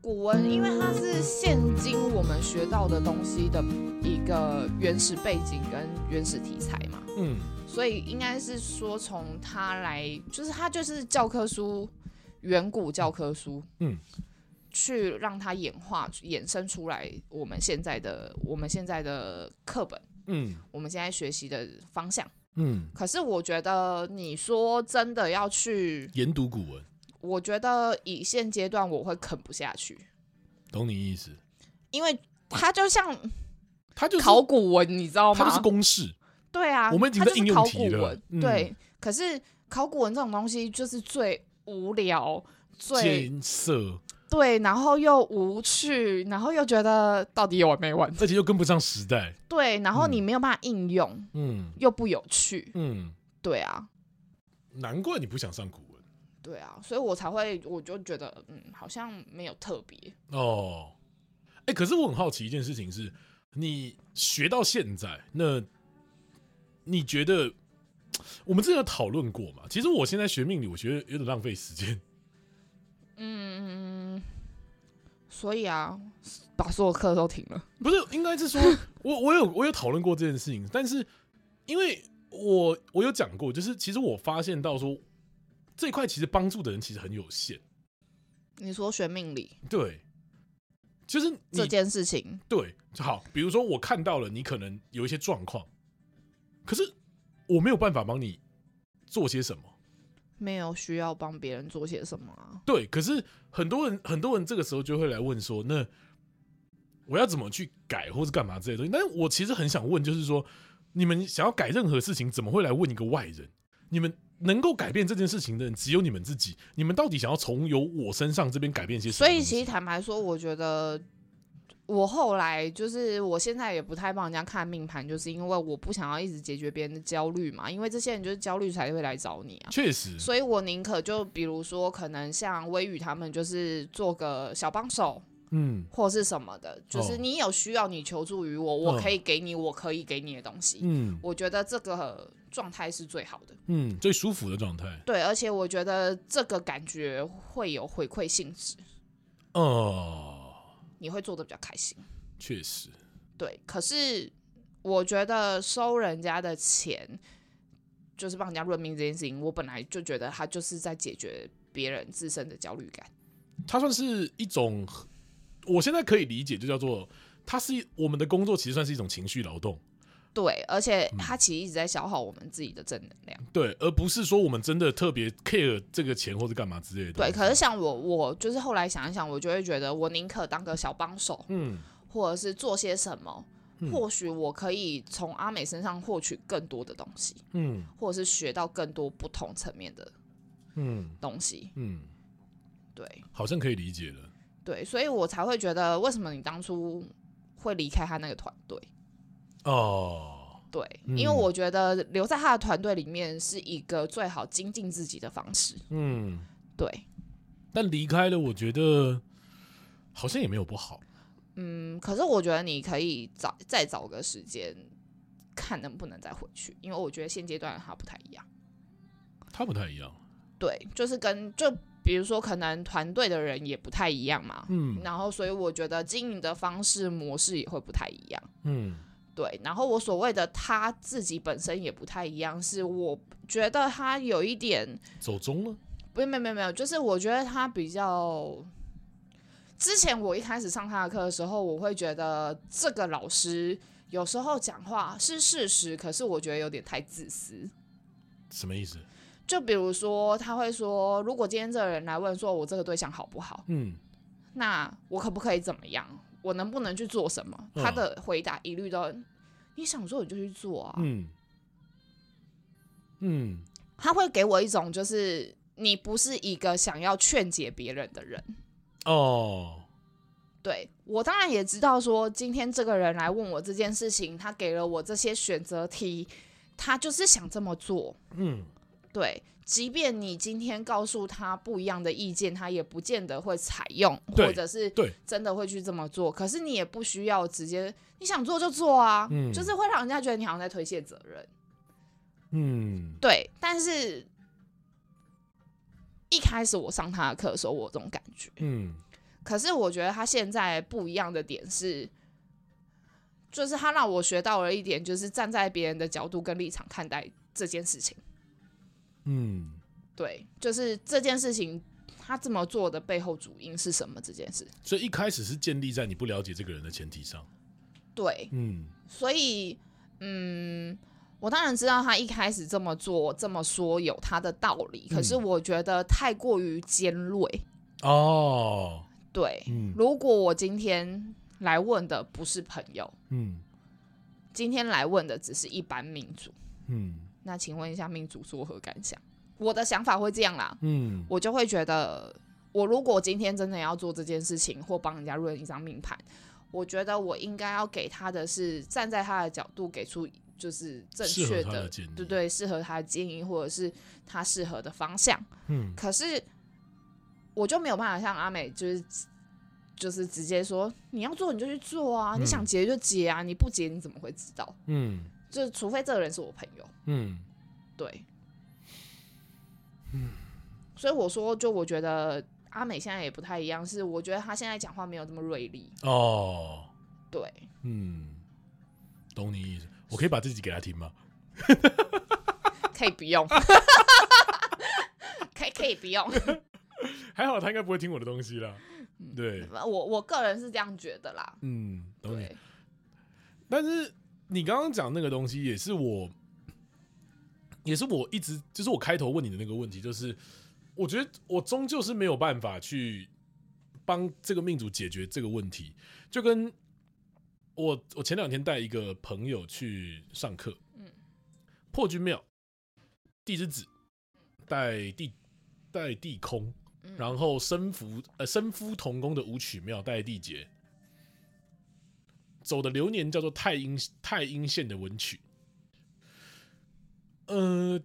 古文，因为它是现今我们学到的东西的一个原始背景跟原始题材嘛，嗯，所以应该是说从它来，就是它就是教科书远古教科书，嗯，去让它演化衍生出来我们现在的我们现在的课本，嗯我们现在学习的方向。嗯，可是我觉得你说真的要去，研读古文，我觉得以现阶段我会啃不下去，懂你意思？因为它就像它就是考古文，你知道它就是吗？公式，对啊，我们已经它在就应是用考题古了文，嗯对。可是考古文这种东西就是最无聊、最建设，对，然后又无趣，然后又觉得到底有完没完？而且又跟不上时代，对，然后嗯你没有办法应用，嗯又不有趣。嗯，对啊，难怪你不想上古文对啊，所以我才会，我就觉得，嗯，好像没有特别。哦。哎、可是我很好奇一件事情是，你学到现在，那你觉得我们之前有讨论过嘛？其实我现在学命理，我觉得有点浪费时间。嗯，所以啊，把所有课都停了。不是，应该是说，我我有我有讨论过这件事情，但是因为我我有讲过，就是其实我发现到说这一块其实帮助的人其实很有限，你说学命理对，就是这你件事情，对好，比如说我看到了你可能有一些状况，可是我没有办法帮你做些什么，没有需要帮别人做些什么啊。对，可是很多人很多人这个时候就会来问说，那我要怎么去改或是干嘛之类的东西？但是我其实很想问，就是说，你们想要改任何事情，怎么会来问一个外人？你们能够改变这件事情的人只有你们自己，你们到底想要从由我身上这边改变些什所么东西？以其实坦白说，我觉得我后来就是我现在也不太帮人家看命盘，就是因为我不想要一直解决别人的焦虑嘛，因为这些人就是焦虑才会来找你啊。确实，所以我宁可就比如说，可能像微雨他们就是做个小帮手嗯或是什么的，就是哦你有需要你求助于我，我嗯可以给你我可以给你的东西。嗯我觉得这个状态是最好的，嗯，最舒服的状态。对，而且我觉得这个感觉会有回馈性质，哦，你会做的比较开心。确实，对，可是我觉得收人家的钱，就是帮人家论命这件事情，我本来就觉得他就是在解决别人自身的焦虑感。它算是一种，我现在可以理解，就叫做它是我们的工作，其实算是一种情绪劳动。对，而且他其实一直在消耗我们自己的正能量。对，而不是说我们真的特别 care 这个钱或是干嘛之类的东对，西。可是像我，我就是后来想一想，我就会觉得，我宁可当个小帮手，嗯，或者是做些什么，嗯或许我可以从阿美身上获取更多的东西，嗯或者是学到更多不同层面的嗯东西。嗯，对好像可以理解了。对，所以我才会觉得，为什么你当初会离开他那个团队？哦，对，嗯因为我觉得留在他的团队里面是一个最好精进自己的方式。嗯，对，但离开了，我觉得好像也没有不好。嗯，可是我觉得你可以找再找个时间，看能不能再回去，因为我觉得现阶段它不太一样。他不太一样。对，就是跟就比如说可能团队的人也不太一样嘛，嗯然后所以我觉得经营的方式模式也会不太一样。嗯对，然后我所谓的他自己本身也不太一样，是我觉得他有一点，走中了。不是，没有没有没有，就是我觉得他比较。之前我一开始上他的课的时候，我会觉得这个老师有时候讲话是事实，可是我觉得有点太自私。什么意思？就比如说，他会说，如果今天这个人来问说我这个对象好不好，嗯，那我可不可以怎么样？我能不能去做什么？嗯他的回答一律都，你想做你就去做啊。嗯，嗯，他会给我一种就是你不是一个想要劝解别人的人。哦，对我当然也知道说，今天这个人来问我这件事情，他给了我这些选择题，他就是想这么做。嗯，对，即便你今天告诉他不一样的意见，他也不见得会采用，对或者是对，真的会去这么做。可是你也不需要直接你想做就做啊，嗯就是会让人家觉得你好像在推卸责任。嗯，对，但是一开始我上他的课的时候，我有这种感觉。嗯，可是我觉得他现在不一样的点是，就是他让我学到了一点，就是站在别人的角度跟立场看待这件事情。嗯，对，就是这件事情他这么做的背后主因是什么？这件事，所以一开始是建立在你不了解这个人的前提上。对，嗯所以，嗯，我当然知道他一开始这么做、这么说有他的道理，可是嗯我觉得太过于尖锐。哦，对，嗯如果我今天来问的不是朋友，嗯今天来问的只是一般命主，嗯那请问一下命主作何感想？我的想法会这样啦，嗯我就会觉得，我如果今天真的要做这件事情，或帮人家润一张命盘，我觉得我应该要给他的是站在他的角度给出就是正适合确他的的建议对对，适合他的建议或者是他适合的方向。嗯，可是我就没有办法像阿美就是。就是直接说你要做你就去做啊，你嗯想结就结啊，你不结你怎么会知道？嗯就是除非这个人是我朋友，嗯对，所以我说，就我觉得阿美现在也不太一样，是我觉得她现在讲话没有这么锐利，哦，对，嗯，懂你意思。我可以把自己给他听吗？可以不用， 可以可以不用， 还好他应该不会听我的东西啦。嗯对，我我个人是这样觉得啦，嗯，懂你。对，但是你刚刚讲那个东西，也是我，也是我一直就是我开头问你的那个问题，就是我觉得我终究是没有办法去帮这个命主解决这个问题，就跟我我前两天带一个朋友去上课，嗯破军庙、地之子、带地带地空，嗯然后身服呃身夫同工的武曲庙带地劫，走的流年叫做太阴太阴县的文曲。呃，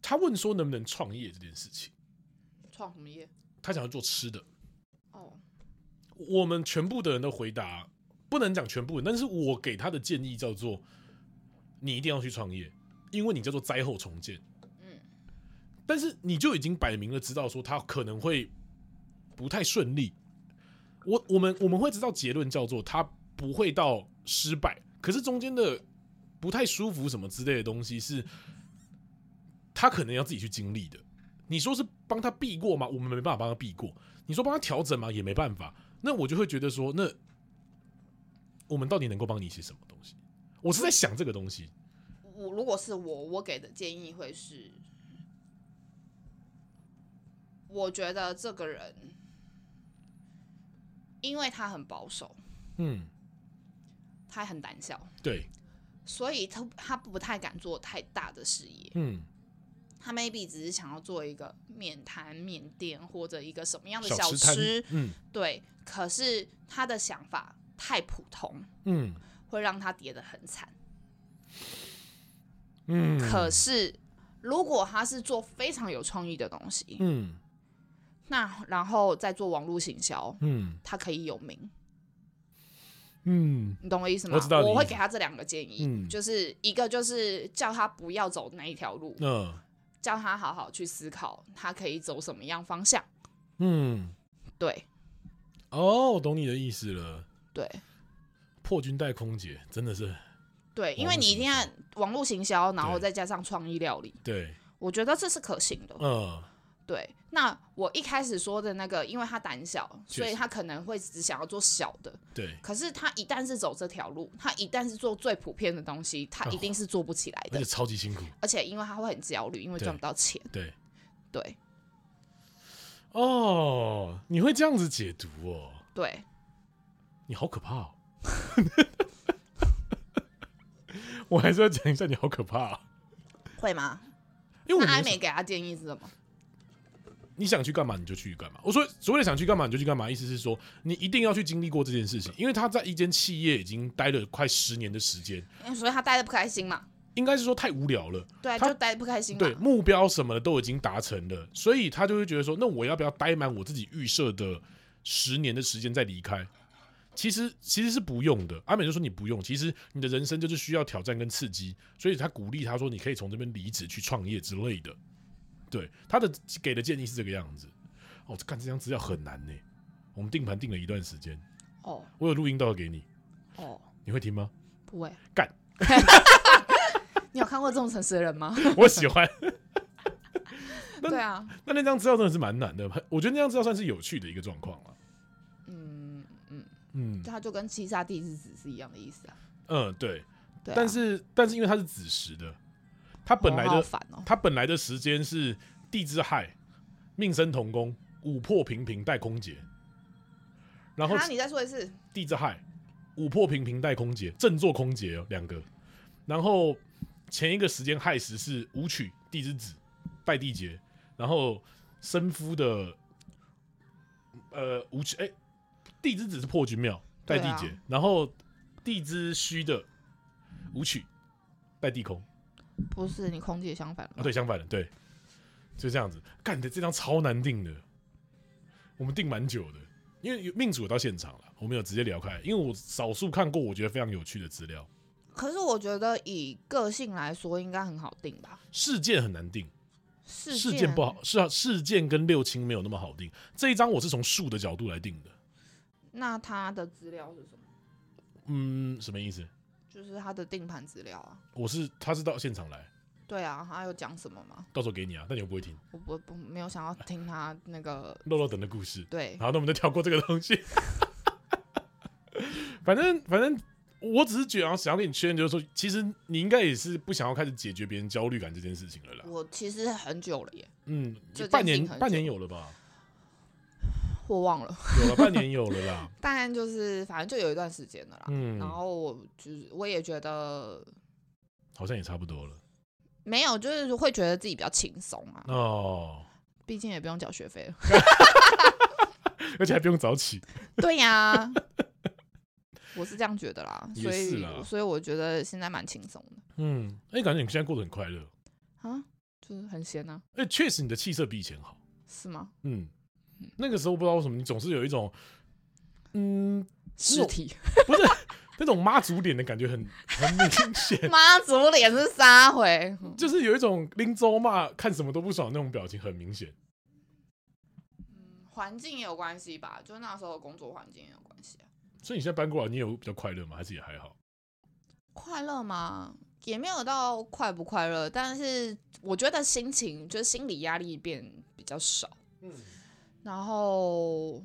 他问说能不能创业这件事情，创什么业？他想要做吃的。哦，我们全部的人都回答，不能讲全部人，但是我给他的建议叫做：你一定要去创业，因为你叫做灾后重建。嗯但是你就已经摆明了知道说他可能会不太顺利。我我们我们会知道结论叫做他不会到失败，可是中间的不太舒服什么之类的东西是，他可能要自己去经历的。你说是帮他避过吗？我们没办法帮他避过。你说帮他调整吗？也没办法。那我就会觉得说，那我们到底能够帮你些什么东西？我是在想这个东西。我如果是我，我给的建议会是，我觉得这个人，因为他很保守，嗯，他很胆小。对，所以他他不太敢做太大的事业，嗯，他 maybe 只是想要做一个面摊、面店或者一个什么样的小吃摊，嗯对。可是他的想法太普通，嗯会让他跌得很惨。嗯，可是如果他是做非常有创意的东西，嗯那然后再做网络行销，嗯他可以有名，嗯你懂我意思吗？我知道你意思会给他这两个建议，嗯就是一个就是叫他不要走那一条路，嗯叫他好好去思考，他可以走什么样方向。嗯，对哦，我懂你的意思了。对破军带空姐真的是对，因为网络你一行定要销网络行销，然后对再加上创意料理，对，我觉得这是可行的。嗯对，那我一开始说的那个，因为他胆小，确实所以他可能会只想要做小的。对，可是他一旦是走这条路，他一旦是做最普遍的东西，他哦一定是做不起来的而且。超级辛苦。而且因为他会很焦虑，因为对赚不到钱。对，对哦，你会这样子解读哦，对，你好可怕哦。 我还是要讲一下，你好可怕、哦会吗？因为那艾我没美想给他建议是什么？你想去干嘛你就去干嘛。我说所谓的想去干嘛你就去干嘛，意思是说你一定要去经历过这件事情，因为他在一间企业已经待了快十年的时间，因为所以他待的不开心嘛，应该是说太无聊了。对啊，他就待的不开心嘛。对目标什么的都已经达成了，所以他就会觉得说，那我要不要待满我自己预设的十年的时间再离开？其实其实是不用的。阿美就说你不用，其实你的人生就是需要挑战跟刺激，所以他鼓励他说你可以从这边离职去创业之类的。对他的给的建议是这个样子。哦，看这张资料很难呢、我们定盘定了一段时间，哦我有录音到给你，哦，你会听吗？ 不会干。 你有看过这种诚实的人 吗？我喜欢。那对啊，那那张资料真的是蛮难的，很我觉得那张资料算是有趣的一个状况了。嗯嗯，嗯就他就跟七杀地之子是一样的意思啊。嗯，对。对啊，但是但是因为它是子时的，它本来哦好的烦哦，它本来的时间是地支亥，命生同宫，五破平平带空劫。然后啊，你再说一次，地支亥，五破平平带空劫，正坐空劫哦，两个。然后前一个时间亥时是武曲地之子拜地劫，然后生夫的呃武曲哎地之子是破军庙拜地劫，对啊然后地之虚的武曲拜地空不是你空姐相反啊，了，对，相反的对，就这样子。干的这张超难定的，我们定蛮久的，因为有命主有到现场了，我们有直接聊开，因为我少数看过我觉得非常有趣的资料，可是我觉得以个性来说，应该很好定吧？事件很难定，事事件不好，是啊，事件跟六亲没有那么好定。这一张我是从数的角度来定的，那他的资料是什么？嗯，什么意思？就是他的定盘资料啊。我是他是到现场来，对啊，他有讲什么吗？到时候给你啊，但你又不会听我不不没有想要听他那个肉肉等的故事。对，好，那我们就跳过这个东西。 反正反正，我只是觉得想要跟你确认，就是说，其实你应该也是不想要开始解决别人焦虑感这件事情了啦。我其实很久了耶，嗯这件事，情半年很久半年有了吧？我忘了，有了，半年有了 啦。但就是反正就有一段时间了啦。嗯，然后我就是我也觉得好像也差不多了。没有，就是会觉得自己比较轻松啊，哦，毕竟也不用缴学费了。 而且还不用早起。对呀、我是这样觉得啦，也所以是啦所以我觉得现在蛮轻松的嗯，哎、感觉你现在过得很快乐。啊，就是很闲啊，哎、确实你的气色比以前好。是吗？嗯，那个时候不知道为什么，你总是有一种，嗯，尸体 那种妈祖脸的感觉很很明显。妈祖脸是杀回， 嗯就是有一种拎周骂看什么都不爽那种表情，很明显。环境也有关系吧，就那时候的工作环境也有关系、啊。所以你现在搬过来，你有比较快乐吗？还是也还好？快乐吗？也没有到快不快乐，但是我觉得心情就是心理压力变比较少。嗯，然后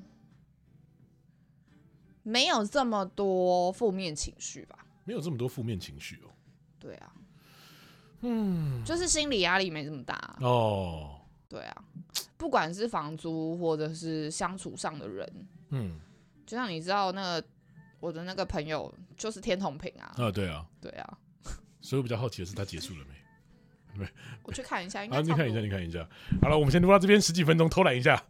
没有这么多负面情绪吧？没有这么多负面情绪哦。对啊，嗯，就是心理压力没这么大啊、哦，对啊，不管是房租或者是相处上的人，嗯，就像你知道那个我的那个朋友就是天同平啊，啊，对啊。对啊，所以我比较好奇的是，它结束了没？我去看一下，应啊，该你差不看一多下，你看一下。好了，我们先录到这边十几分钟，偷懒一下。